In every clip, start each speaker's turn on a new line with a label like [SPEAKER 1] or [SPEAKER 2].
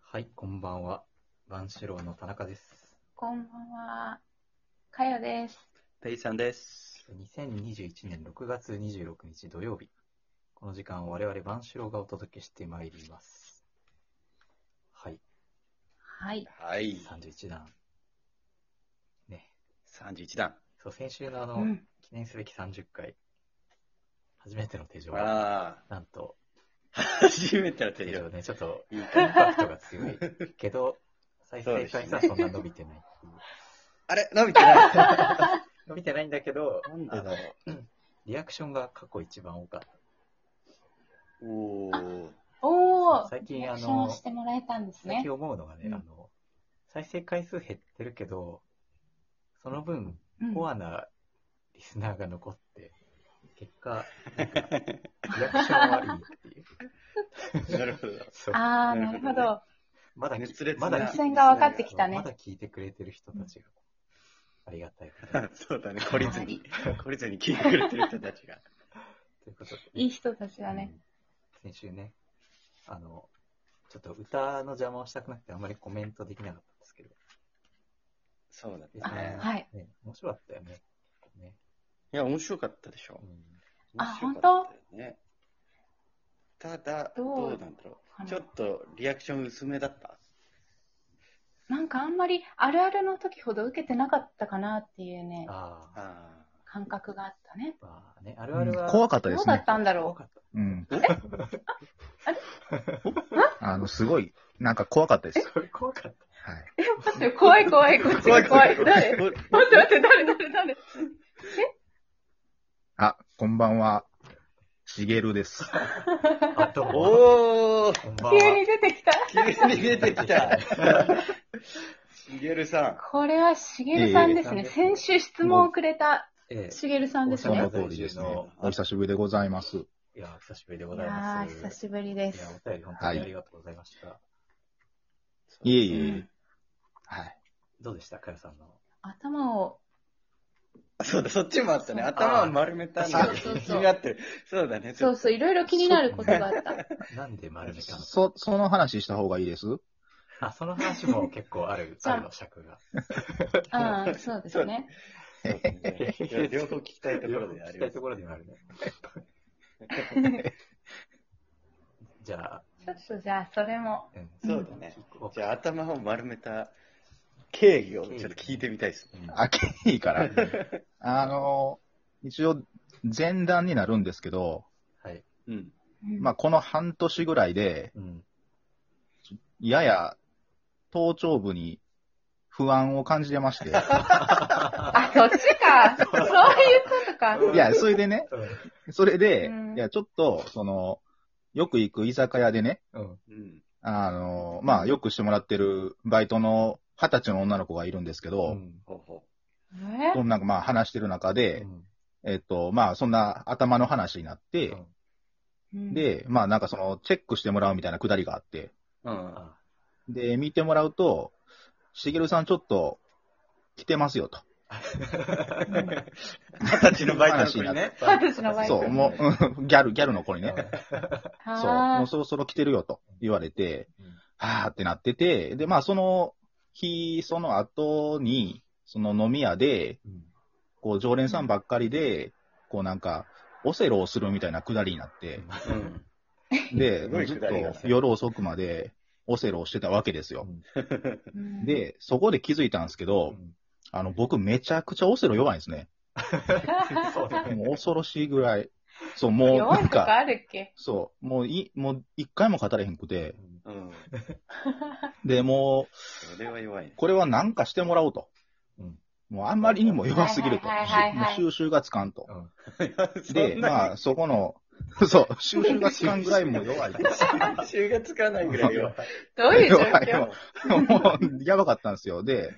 [SPEAKER 1] はい、こんばんは。万四郎の田中です。
[SPEAKER 2] こんばんは。かよです。
[SPEAKER 3] ペイさんです。
[SPEAKER 1] 2021年6月26日土曜日。この時間を我々万四郎がお届けしてまいります。はい、
[SPEAKER 2] はい。
[SPEAKER 3] はい。
[SPEAKER 1] 31弾。ね。
[SPEAKER 3] 31弾。
[SPEAKER 1] そう、先週のあ
[SPEAKER 2] う
[SPEAKER 1] の、
[SPEAKER 2] ん。
[SPEAKER 1] 記念すべき30回。初めての手錠。
[SPEAKER 3] あ
[SPEAKER 1] なんと、
[SPEAKER 3] あ、初めての手
[SPEAKER 1] 手
[SPEAKER 3] 錠
[SPEAKER 1] 錠。ね、ちょっと、
[SPEAKER 3] いい
[SPEAKER 1] イン
[SPEAKER 3] か
[SPEAKER 1] パクトが強い。 けど、再生回数はそんな伸びてないっていう。
[SPEAKER 3] あれ伸びてない。
[SPEAKER 1] 伸びてないんだけど、
[SPEAKER 3] なん
[SPEAKER 1] あ
[SPEAKER 3] で
[SPEAKER 1] の
[SPEAKER 3] だ、
[SPEAKER 1] リアクションが過去一番多かった。
[SPEAKER 3] おー。
[SPEAKER 2] お
[SPEAKER 1] そう
[SPEAKER 2] ー
[SPEAKER 1] 最近
[SPEAKER 2] リアクショ
[SPEAKER 1] あの
[SPEAKER 2] ンをしてもらえたんです
[SPEAKER 1] 最
[SPEAKER 2] ね
[SPEAKER 1] 近。思うのがね、
[SPEAKER 2] うん
[SPEAKER 1] あの、再生回数減ってるけど、その分、
[SPEAKER 2] うん
[SPEAKER 1] コアなリスナーが残って、結果、なんかリアクションはいいって いう。
[SPEAKER 3] なるほど。
[SPEAKER 1] そう
[SPEAKER 2] ああ、なるほ
[SPEAKER 3] なる
[SPEAKER 2] ど。
[SPEAKER 1] まだき、
[SPEAKER 3] 熱烈
[SPEAKER 1] ま
[SPEAKER 3] な。
[SPEAKER 1] だ
[SPEAKER 2] 目線が分かってきたね
[SPEAKER 1] まだ聞いてくれてる人たちが、ありがたいことに。
[SPEAKER 3] そうだね、懲りずに、懲りずに聞いてくれてる人たちが。
[SPEAKER 1] ということで、
[SPEAKER 2] いい人たちだね。
[SPEAKER 1] うん。先週ね、あの、ちょっと歌の邪魔をしたくなくて、あんまりコメントできなかったんですけど、
[SPEAKER 3] そうだ
[SPEAKER 1] あ
[SPEAKER 3] ね。
[SPEAKER 2] はい。
[SPEAKER 1] ね、面白かったよね。ね
[SPEAKER 3] いや、面白かったでしょ
[SPEAKER 1] う。ん
[SPEAKER 2] あ
[SPEAKER 3] 面白かったよね。ただ、
[SPEAKER 2] どう
[SPEAKER 3] どうなんだろ
[SPEAKER 2] あ
[SPEAKER 3] う。
[SPEAKER 2] の
[SPEAKER 3] ちょっとリアクション薄めだった。
[SPEAKER 2] なんかあんまりあるあるの時ほど受けてなかったかなっていうね、
[SPEAKER 1] ああ、
[SPEAKER 3] あ
[SPEAKER 2] 感覚があったね。
[SPEAKER 1] まあね、あるあるは、
[SPEAKER 4] うん怖かったで
[SPEAKER 2] どう
[SPEAKER 4] す
[SPEAKER 2] だ
[SPEAKER 4] ね
[SPEAKER 2] っ。たんだ
[SPEAKER 1] 怖
[SPEAKER 2] ろ
[SPEAKER 1] かった。
[SPEAKER 4] うん
[SPEAKER 3] え。
[SPEAKER 4] あの、すごい、なんか怖かったです。
[SPEAKER 1] これ怖かっ
[SPEAKER 4] はい。
[SPEAKER 2] う。え、待ってよ、怖い怖い、こっ
[SPEAKER 3] あ。
[SPEAKER 2] ちが 怖い。誰 待
[SPEAKER 3] これ
[SPEAKER 2] って待って、誰誰誰
[SPEAKER 4] あ、こんばんは。しげるです。
[SPEAKER 1] た。あ、どうも。
[SPEAKER 3] おー
[SPEAKER 1] こんばん
[SPEAKER 2] 急
[SPEAKER 1] は
[SPEAKER 2] に。出てきた。
[SPEAKER 3] 急に出てき た。しげるさん。
[SPEAKER 2] これはしげるさんです
[SPEAKER 1] え
[SPEAKER 2] ね。
[SPEAKER 1] え
[SPEAKER 2] 先週質問をくれた
[SPEAKER 1] ええ、
[SPEAKER 2] しげるさんです
[SPEAKER 4] そ
[SPEAKER 1] お世話
[SPEAKER 4] の
[SPEAKER 2] ね。
[SPEAKER 4] 通りですね
[SPEAKER 1] お。
[SPEAKER 4] お久しぶりでございます。
[SPEAKER 1] いや、久しぶりで
[SPEAKER 2] い
[SPEAKER 1] ござい
[SPEAKER 2] や
[SPEAKER 1] ま
[SPEAKER 2] ー、
[SPEAKER 1] す。
[SPEAKER 2] 久しぶりで
[SPEAKER 1] い
[SPEAKER 2] す
[SPEAKER 1] や。、お便り本当にありがとうございました。
[SPEAKER 4] いえい
[SPEAKER 2] う
[SPEAKER 4] えいえ
[SPEAKER 2] ん。
[SPEAKER 4] はい。
[SPEAKER 1] どうでしたかよさんの。
[SPEAKER 2] 頭を
[SPEAKER 3] そうだ、そっちもあったね。頭を丸めたんだ
[SPEAKER 2] あーそうそうそう
[SPEAKER 3] 気になってる。そうだね。
[SPEAKER 2] そう
[SPEAKER 3] う。
[SPEAKER 2] そう、いろいろ気になることがあった。
[SPEAKER 1] なんで丸めたの
[SPEAKER 4] そ、その話した方がいいです
[SPEAKER 1] あ、その話も結構ある、
[SPEAKER 2] じゃあ
[SPEAKER 1] あるの尺が。
[SPEAKER 2] ああ、そうですね。
[SPEAKER 3] そうだね両方聞きたいところであ
[SPEAKER 1] 聞きたい
[SPEAKER 3] ります
[SPEAKER 1] と。ころではあるね。じゃあ、
[SPEAKER 2] ちょっとじゃあ、それも。
[SPEAKER 1] うん
[SPEAKER 3] そうだね。
[SPEAKER 1] 聞こう
[SPEAKER 3] じゃあ、頭を丸めた経緯をちょっと聞いてみたいですね。
[SPEAKER 1] うん
[SPEAKER 4] あ、経緯から。 あの、一応、前段になるんですけど、
[SPEAKER 1] はい。
[SPEAKER 3] うん。
[SPEAKER 4] まあ、この半年ぐらいで、
[SPEAKER 1] うん。
[SPEAKER 4] やや、頭頂部に不安を感じてま して。
[SPEAKER 2] あ、そっちか。そういうことか。
[SPEAKER 4] いや、それでね、それで、
[SPEAKER 2] うん
[SPEAKER 4] いや、ちょっと、その、よく行く居酒屋でね、
[SPEAKER 1] うん。
[SPEAKER 3] うん。
[SPEAKER 4] あの、まあ、よくしてもらってるバイトの二十歳の女の子がいるんですけ
[SPEAKER 1] う
[SPEAKER 4] ど、
[SPEAKER 1] ん。
[SPEAKER 3] ほうほ
[SPEAKER 2] え
[SPEAKER 4] そんなんかまあ話してる中で、えっと、まあ、そんな頭の話になって、
[SPEAKER 2] うん、
[SPEAKER 4] で、まあ、なんかその、チェックしてもらうみたいなくだりがあって、
[SPEAKER 3] う。うん。
[SPEAKER 1] あ、
[SPEAKER 4] で、見てもらうと、しげるさんちょっと、来てますよと。
[SPEAKER 2] うん
[SPEAKER 3] 二十歳のバイトの子にね。
[SPEAKER 2] 二十歳のバイト
[SPEAKER 4] そう、もう、うんギャル、ギャルの子にね、そう、も
[SPEAKER 2] あ
[SPEAKER 4] うそろそろ来てるよと言われて、
[SPEAKER 1] うん
[SPEAKER 4] はーってなってて、で、まあ、その日、その後に、その飲み屋で、
[SPEAKER 1] うん
[SPEAKER 4] こう、常連さんばっかりで、こうなんか、オセロをするみたいなくだりに なって、
[SPEAKER 3] うん。
[SPEAKER 4] で、
[SPEAKER 3] すごい
[SPEAKER 4] ずっ
[SPEAKER 3] くだりがね
[SPEAKER 4] と夜遅くまでオセロをしてたわけですよ。
[SPEAKER 2] ーうん
[SPEAKER 4] で、そこで気づいたんですけど、あの、僕めちゃくちゃオセロ弱いんですね。
[SPEAKER 1] そうだね。
[SPEAKER 4] もう恐ろしいぐらい。そう、もう
[SPEAKER 2] 弱
[SPEAKER 4] ないん
[SPEAKER 2] とか
[SPEAKER 4] か、
[SPEAKER 2] あるっけ
[SPEAKER 4] そう、もうい、もう一回も語れへんくて、
[SPEAKER 3] うん。
[SPEAKER 4] で、もう、
[SPEAKER 3] それは弱いね。
[SPEAKER 4] これはなんかしてもらおうと。
[SPEAKER 1] うん
[SPEAKER 4] もうあんまりにも弱すぎると。
[SPEAKER 2] はいはいはいはいはい
[SPEAKER 4] もう収集がつかんと。 で、ま
[SPEAKER 3] ま
[SPEAKER 4] あ、そこの、そう、収集がつかんぐらいもう弱い。
[SPEAKER 3] あ、収がつかないぐらい弱い。
[SPEAKER 2] どういう状
[SPEAKER 4] 弱い
[SPEAKER 2] 況
[SPEAKER 4] よもう、 やばかったんですよ。で、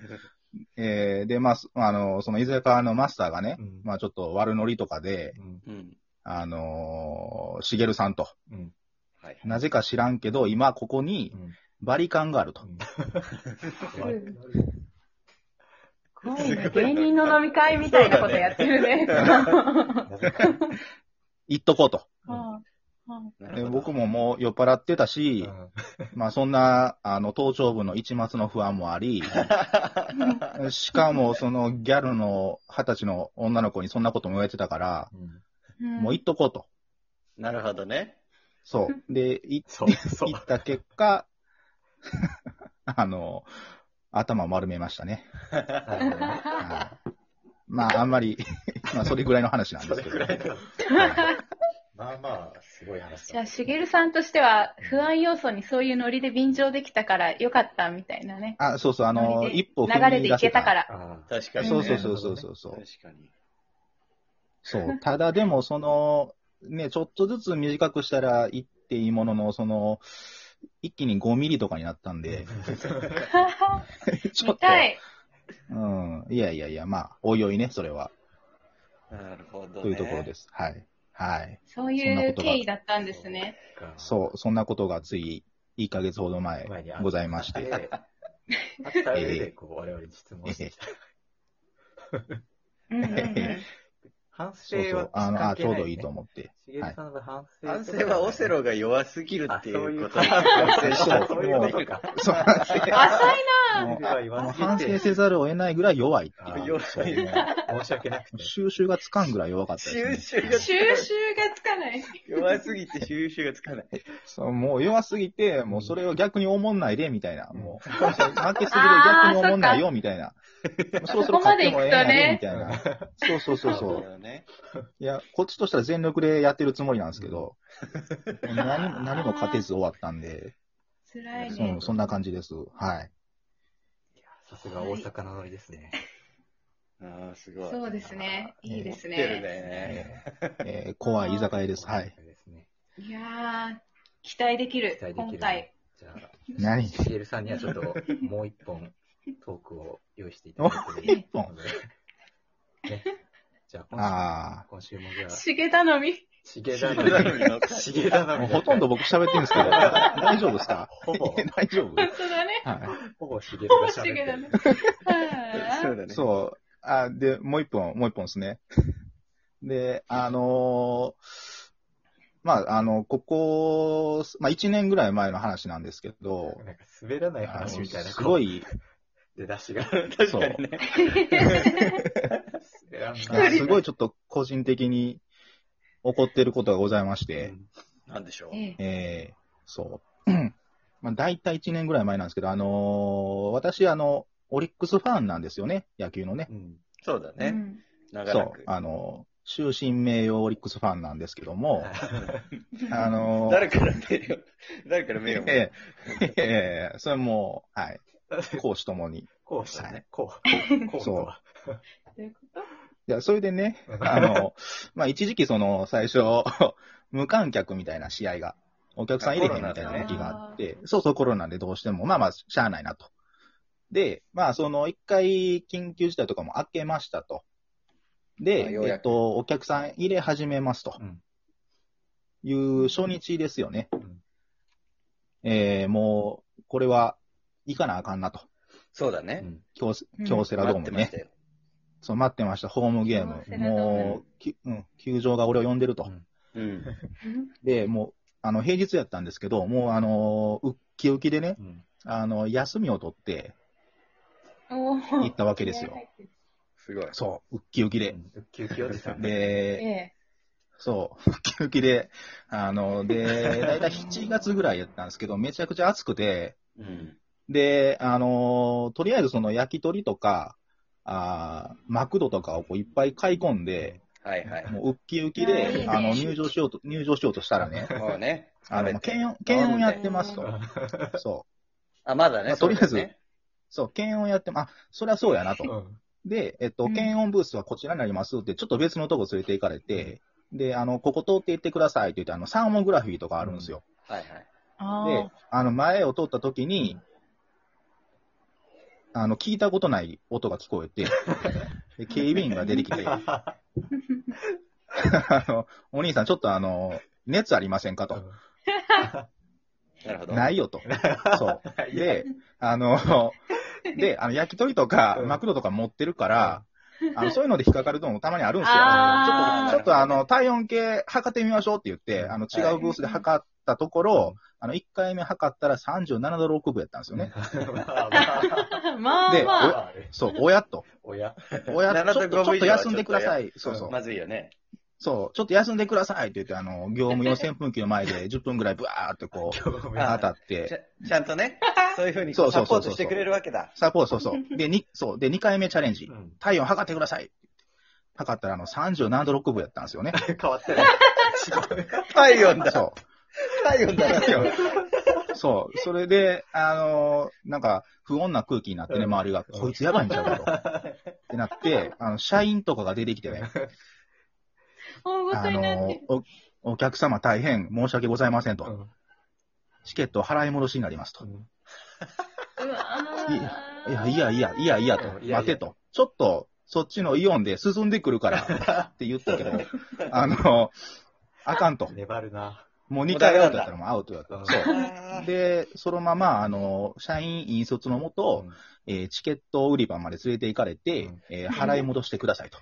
[SPEAKER 4] えーで、まあ、そあの、その居酒屋のマスターがね、
[SPEAKER 1] うん
[SPEAKER 4] まあちょっと悪ノリとかで、
[SPEAKER 1] うん
[SPEAKER 3] うん。
[SPEAKER 4] あのーしげるさんと、
[SPEAKER 1] うん
[SPEAKER 3] はい。
[SPEAKER 4] なぜか知らんけど、今ここに
[SPEAKER 1] うん
[SPEAKER 4] バリカンがあると。
[SPEAKER 2] すごいね。芸人の飲み会みたいなことやってるね。
[SPEAKER 4] 行っとこうと。
[SPEAKER 2] うんうん
[SPEAKER 3] な
[SPEAKER 4] で
[SPEAKER 3] るほど
[SPEAKER 4] 僕ももう酔っ払ってたし、
[SPEAKER 1] うん
[SPEAKER 4] まあそんな、あの、頭頂部の一末の不安も あり、しかもそのギャルの二十歳の女の子にそんなことも言われてたから、
[SPEAKER 1] うん
[SPEAKER 2] うん
[SPEAKER 4] もう行っとこうと。
[SPEAKER 3] なるほどね。
[SPEAKER 4] そう。で、い
[SPEAKER 1] そう、そう
[SPEAKER 4] 行。った結果、 あの、頭を丸めましたね。
[SPEAKER 1] なるほどね
[SPEAKER 4] はいまああんまり、まあそれぐらいの話なん
[SPEAKER 1] そ
[SPEAKER 4] です
[SPEAKER 1] れ
[SPEAKER 4] け
[SPEAKER 1] く
[SPEAKER 4] ど。
[SPEAKER 1] らいの。まあまあ、すごい話
[SPEAKER 2] じゃ
[SPEAKER 1] だ
[SPEAKER 2] あ、。しげるさんとしては、不安要素にそういうノリで便乗できたから、よかったみたいなね。
[SPEAKER 4] あ、そうそう、あの、一歩
[SPEAKER 2] 流
[SPEAKER 4] 踏
[SPEAKER 2] れ
[SPEAKER 4] み
[SPEAKER 2] で
[SPEAKER 4] 出
[SPEAKER 2] い
[SPEAKER 4] せ
[SPEAKER 2] けた
[SPEAKER 4] た
[SPEAKER 2] から。
[SPEAKER 1] ああ
[SPEAKER 3] 確かに、ね。
[SPEAKER 4] そうそうそうそうそうそう。
[SPEAKER 3] 確かに。
[SPEAKER 4] そう。ただでも、その、ね、ちょっとずつ短くしたらいっていいものの、その、一気に5ミリとかになったんで、ちょ
[SPEAKER 2] 見
[SPEAKER 4] っと。
[SPEAKER 2] たい。
[SPEAKER 4] うん。いやいやいや、まあ、おいおいね、それは。
[SPEAKER 3] なるほど、ね。
[SPEAKER 4] というところです。はい。はい。
[SPEAKER 2] そう
[SPEAKER 4] そんな
[SPEAKER 2] いう
[SPEAKER 4] ことが
[SPEAKER 2] 経緯だったんですね。
[SPEAKER 4] そう、そんなことがつい1ヶ月ほど前
[SPEAKER 1] 前にあ
[SPEAKER 4] ございまし
[SPEAKER 1] で
[SPEAKER 4] て。
[SPEAKER 1] あった上で、こう、我々に質問してきた。
[SPEAKER 2] うん うんうん。
[SPEAKER 1] 反省
[SPEAKER 4] そうそ
[SPEAKER 1] は
[SPEAKER 4] う、、あの、あ、ちょうどいいと
[SPEAKER 1] う。
[SPEAKER 4] 思って。
[SPEAKER 1] しげるさんの反省とか
[SPEAKER 3] 反省はオセロが弱すぎる
[SPEAKER 1] あ
[SPEAKER 3] っていうこ
[SPEAKER 1] そ
[SPEAKER 3] と
[SPEAKER 1] う
[SPEAKER 3] に
[SPEAKER 1] いう
[SPEAKER 3] 反省し
[SPEAKER 1] そ
[SPEAKER 3] た
[SPEAKER 1] う
[SPEAKER 3] って
[SPEAKER 1] そう
[SPEAKER 3] い
[SPEAKER 1] いうう
[SPEAKER 3] こ
[SPEAKER 1] ことと
[SPEAKER 3] か。
[SPEAKER 1] か。
[SPEAKER 4] そう、反省
[SPEAKER 2] 浅い
[SPEAKER 4] もう
[SPEAKER 1] は言
[SPEAKER 4] もう
[SPEAKER 1] わ
[SPEAKER 4] 反省せざるを得ないぐらい弱いっていう。
[SPEAKER 1] あ
[SPEAKER 4] そう
[SPEAKER 3] 弱い
[SPEAKER 4] も
[SPEAKER 1] 申し訳なく
[SPEAKER 4] う
[SPEAKER 1] て。
[SPEAKER 4] 収集がつかんぐらい弱かったです、ね。
[SPEAKER 3] 収集
[SPEAKER 2] な
[SPEAKER 3] が
[SPEAKER 2] 収集がつかない。
[SPEAKER 3] 弱すぎて収集がつかない。
[SPEAKER 4] そう、もう弱すぎて、もうそれを逆に思んないで、みたいな。もう、負けすぎで逆に思んないよ、みたいな。もうそろそろ勝ってもええんやで、みたいな。そうそうそう
[SPEAKER 3] な
[SPEAKER 4] そ
[SPEAKER 3] るほ
[SPEAKER 4] う。
[SPEAKER 3] どね。
[SPEAKER 4] いや、こっちとしたら全力でやってるつもりなんですけど、何も、何も勝てず終わったんで、
[SPEAKER 2] 辛い
[SPEAKER 4] そ
[SPEAKER 2] ね
[SPEAKER 4] う。そんな感じです。はい。
[SPEAKER 1] さすが大阪のノリですね。
[SPEAKER 3] ああ、すごい。
[SPEAKER 2] そうですね。いいです
[SPEAKER 3] 持って
[SPEAKER 2] ね。
[SPEAKER 3] るね。
[SPEAKER 4] えーえー怖い居酒屋です。はい。
[SPEAKER 1] ですね。
[SPEAKER 2] いやー、期待できる
[SPEAKER 1] 期待でき、る
[SPEAKER 2] 今回。
[SPEAKER 1] じゃあ、
[SPEAKER 4] 何
[SPEAKER 1] しげるさんにはちょっと、もう一本、トークを用意していただいてもい
[SPEAKER 4] 一
[SPEAKER 1] い
[SPEAKER 4] 本。
[SPEAKER 1] ね。じゃあ、
[SPEAKER 4] あ
[SPEAKER 1] 今週今週もじゃあ、
[SPEAKER 2] しげ頼み。
[SPEAKER 1] しげだの
[SPEAKER 3] の
[SPEAKER 1] り、しげだ の
[SPEAKER 4] あ。も
[SPEAKER 1] り
[SPEAKER 4] うほとんど僕喋ってるんですけど、大丈夫ですか
[SPEAKER 1] ほぼ
[SPEAKER 4] 大丈夫
[SPEAKER 2] 本当だね。
[SPEAKER 4] は
[SPEAKER 1] ほぼしげる
[SPEAKER 2] ほ
[SPEAKER 1] が
[SPEAKER 2] ぼ
[SPEAKER 1] 喋っ
[SPEAKER 2] してげだ
[SPEAKER 1] る
[SPEAKER 2] ね。。
[SPEAKER 3] そうだね。
[SPEAKER 4] い。
[SPEAKER 3] う。
[SPEAKER 4] そう。あ、で、もう一本、もう一本ですね。で、あのーまあ、あの、ここ、まあ、一年ぐらい前の話なんですけど、
[SPEAKER 1] なんか滑らない
[SPEAKER 4] あの
[SPEAKER 1] 話みたいな。
[SPEAKER 4] すご。い、
[SPEAKER 1] 出だしが。
[SPEAKER 3] 確かにね。
[SPEAKER 1] 滑らん
[SPEAKER 2] 人
[SPEAKER 1] な
[SPEAKER 2] で
[SPEAKER 1] い。
[SPEAKER 4] すごいちょっと個人的に起こってることがございまして、
[SPEAKER 3] なんでしょう。
[SPEAKER 2] ええ
[SPEAKER 4] ええそう。 まあ、大体1年ぐらい前なんですけど、あのー私、あの、オリックスファンなんですよね、野球のね。
[SPEAKER 1] うん。
[SPEAKER 3] そうだ
[SPEAKER 2] う
[SPEAKER 3] ね。
[SPEAKER 2] ん
[SPEAKER 3] 長
[SPEAKER 4] そ
[SPEAKER 3] ら
[SPEAKER 4] う
[SPEAKER 3] く。。
[SPEAKER 4] あのー終身名誉オリックスファンなんですけ ども、あのー
[SPEAKER 3] 誰から名誉、誰から名誉も。
[SPEAKER 4] ええ、 ええ、それも、はい、講師ともに。い
[SPEAKER 1] こうしたね。こう。こうとは。
[SPEAKER 2] どういうこと
[SPEAKER 4] や、それでね、あの、 まあ、一時期その、最初、 無観客みたいな試合が、お客さん入れへんみたいな時があって、そうそうコロナでどうしても、まあまあ、しゃあないなと。で、まあ、その、一回、緊急事態とかも明けましたと。
[SPEAKER 3] まあ
[SPEAKER 4] で、
[SPEAKER 3] よう
[SPEAKER 4] え
[SPEAKER 3] や
[SPEAKER 4] っ
[SPEAKER 3] く
[SPEAKER 4] と、お客さん入れ始めますと
[SPEAKER 1] うん。
[SPEAKER 4] いう初日ですよね。
[SPEAKER 1] うん
[SPEAKER 4] えー、もう、これは、行かなあかんなと。
[SPEAKER 3] そうだ
[SPEAKER 1] う
[SPEAKER 3] ね。
[SPEAKER 1] ん。
[SPEAKER 4] 京セ京セラド
[SPEAKER 3] 待
[SPEAKER 4] ー
[SPEAKER 3] って
[SPEAKER 4] ム
[SPEAKER 3] ま
[SPEAKER 4] ね
[SPEAKER 3] し。たよ。
[SPEAKER 4] そう、待ってました。ホームゲーム
[SPEAKER 2] 京セ。ラドーム
[SPEAKER 4] もう、きうん、球場が俺を呼んでると。
[SPEAKER 1] うん
[SPEAKER 3] うん。
[SPEAKER 4] で、もう、あの、平日やったんですけど、もう、あのー、ウッキウキでね、
[SPEAKER 1] うん。
[SPEAKER 4] あの、休みを取って
[SPEAKER 2] お
[SPEAKER 4] 行
[SPEAKER 2] ー
[SPEAKER 4] ったわけですよ。
[SPEAKER 3] すごい。
[SPEAKER 4] そう、ウッキウキ
[SPEAKER 1] う
[SPEAKER 4] で。
[SPEAKER 1] んウッキウキおじさん。
[SPEAKER 2] え
[SPEAKER 4] で、
[SPEAKER 2] え。
[SPEAKER 4] そう、ウッキウキで、あの、で、だいたい7月ぐらいやったんですけど、めちゃくちゃ暑くて、
[SPEAKER 3] うん。
[SPEAKER 4] で、あのー、とりあえずその焼き鳥とか、あーマクドとかをこういっぱい買い込んで、
[SPEAKER 3] はいはい。
[SPEAKER 4] もうウッキウキ
[SPEAKER 2] あーいい
[SPEAKER 4] で、
[SPEAKER 2] ね
[SPEAKER 4] あの、入場しようと、入場しようとしたらね、
[SPEAKER 3] もうね。
[SPEAKER 4] あの、
[SPEAKER 3] 食べて
[SPEAKER 4] 検温、検温やってます
[SPEAKER 1] う
[SPEAKER 4] と。
[SPEAKER 1] ん
[SPEAKER 4] そう。
[SPEAKER 3] あ、まだね。
[SPEAKER 4] まあとりあえず
[SPEAKER 3] そうだね
[SPEAKER 4] そう、検温やってま、あ、そりゃそうやなと。
[SPEAKER 1] うん
[SPEAKER 4] で、えっと、
[SPEAKER 2] うん
[SPEAKER 4] 検温ブースはこちらになりますって、ちょっと別のとこ連れて行かれて、で、あの、ここ通って行ってくださいって言って、あの、サーモグラフィーとかあるんですよ。
[SPEAKER 3] はいはい。
[SPEAKER 2] あ
[SPEAKER 4] で
[SPEAKER 2] あ。、
[SPEAKER 4] あの、前を通った時に、あの、聞いたことない音が聞こえて、で警備員が出て きて、あの、お兄さん、ちょっとあの、熱ありませんかと。
[SPEAKER 3] なるほど。
[SPEAKER 4] ない よと。そう。 で、あの、で、あの、焼き鳥とか
[SPEAKER 1] う、ん
[SPEAKER 4] マクドとか持ってるから、あのそういうので引っかかるのもたまにあるんですよ。
[SPEAKER 2] あー
[SPEAKER 4] ちょっとあの、体温計測ってみましょうって言って、あの、違うブースで測ったところ、あの、1回目測ったら37度6分やったんですよね。
[SPEAKER 1] まあまあ
[SPEAKER 2] まあ
[SPEAKER 4] で
[SPEAKER 1] ま
[SPEAKER 2] まあ。
[SPEAKER 1] あね
[SPEAKER 4] そう、親と。
[SPEAKER 1] 親。
[SPEAKER 4] 親
[SPEAKER 3] 7
[SPEAKER 4] ちょっ
[SPEAKER 3] 度5
[SPEAKER 4] と、ちょ
[SPEAKER 3] 分
[SPEAKER 4] っ
[SPEAKER 3] 以
[SPEAKER 4] と
[SPEAKER 3] 上は
[SPEAKER 4] 休んでください。そうそう。
[SPEAKER 3] まずいよね。
[SPEAKER 4] そう、ちょっと休んでくださいって言って、あの、業務用扇風機の前で10分ぐらいブワーって こう、当たっ
[SPEAKER 3] ち
[SPEAKER 4] て、
[SPEAKER 3] ゃちゃんと ね、そういうふうに
[SPEAKER 4] そうそ
[SPEAKER 3] サ
[SPEAKER 4] うそ
[SPEAKER 3] ポ
[SPEAKER 4] うそう
[SPEAKER 3] ートしてくれるわけだ。
[SPEAKER 4] サポート、そうそう。で、に、そう、で、2回目チャレンジ
[SPEAKER 1] う。ん
[SPEAKER 4] 体温測ってください。測ったら、あの、37度6分やった んですよね。
[SPEAKER 1] 変わってない。
[SPEAKER 3] 体温だ。
[SPEAKER 4] そ
[SPEAKER 3] 体温だ。
[SPEAKER 4] う。 そう。それで、あのーなんか、不穏な空気になってね、
[SPEAKER 1] うん
[SPEAKER 4] 周りが、
[SPEAKER 1] うん
[SPEAKER 4] こいつやばいんちゃうかと。ってなって、あの、社員とかが出てきてね、
[SPEAKER 2] 大ご
[SPEAKER 4] あ
[SPEAKER 2] とになっ
[SPEAKER 4] の
[SPEAKER 2] て
[SPEAKER 4] ー
[SPEAKER 2] る。
[SPEAKER 4] お、お客様大変申し訳ございません
[SPEAKER 1] う
[SPEAKER 4] と。
[SPEAKER 1] ん
[SPEAKER 4] チケット払い戻しになりますと
[SPEAKER 1] う。ん
[SPEAKER 2] うわー
[SPEAKER 4] いや、いや、いや、いや、いやと
[SPEAKER 1] うん。いやいや
[SPEAKER 4] 待てと。ちょっと、そっちのイオンで進んでくるから、って言 ったけど、あの、あかんと。
[SPEAKER 1] 粘るな。
[SPEAKER 4] もう2回アウトやったらもうアウトやった。
[SPEAKER 1] うん
[SPEAKER 4] そう。
[SPEAKER 3] あー
[SPEAKER 4] で、そのまま、あの、社員引率のもと、えーチケット売り場まで連れて行かれて、
[SPEAKER 1] うん
[SPEAKER 4] えー払い戻してくださいと。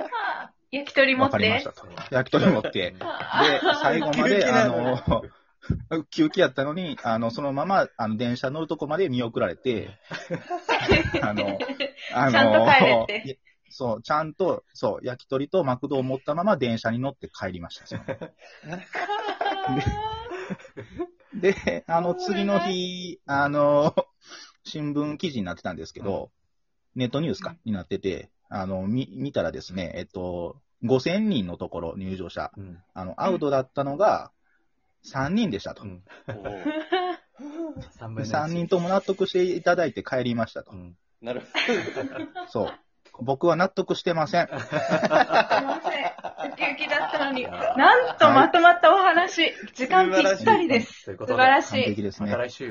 [SPEAKER 2] あー焼き鳥持
[SPEAKER 4] わ
[SPEAKER 2] っ
[SPEAKER 4] かりましてた。と。焼き鳥持って。で、 最後ま
[SPEAKER 3] 休
[SPEAKER 4] で、
[SPEAKER 3] 憩な
[SPEAKER 4] あ
[SPEAKER 3] のに
[SPEAKER 4] の、休憩やったの に、あの、そのまま、あの、電車乗るとこまで見送られて、あの、あの、
[SPEAKER 2] ちゃんと帰れって
[SPEAKER 4] いやそう、ちゃんと、そう、焼き鳥とマクドを持ったまま電車に乗って帰りました。そので、あの、次の日、あの、新聞記事になってたんですけど、ネットニュースか、になってて、あの、見、見たらですね、えっと、5000人のところ入場者、
[SPEAKER 1] うん。
[SPEAKER 4] あの、アウトだったのが、3人でしたと
[SPEAKER 1] う。ん。
[SPEAKER 3] おー
[SPEAKER 1] 三分の
[SPEAKER 4] で
[SPEAKER 1] 一
[SPEAKER 4] 3人とも納得していただいて帰りましたと
[SPEAKER 1] う。ん。
[SPEAKER 3] なるほ
[SPEAKER 4] そう。僕は納得し てません。
[SPEAKER 2] すいません。ウキウキだったのに、なんとまとまったお話、時間ぴったりです。
[SPEAKER 1] というこ
[SPEAKER 2] 素
[SPEAKER 1] と
[SPEAKER 2] 晴ら
[SPEAKER 1] で、
[SPEAKER 2] し
[SPEAKER 4] 完
[SPEAKER 2] い。
[SPEAKER 4] 璧です
[SPEAKER 1] ま
[SPEAKER 4] ね
[SPEAKER 1] た。来週。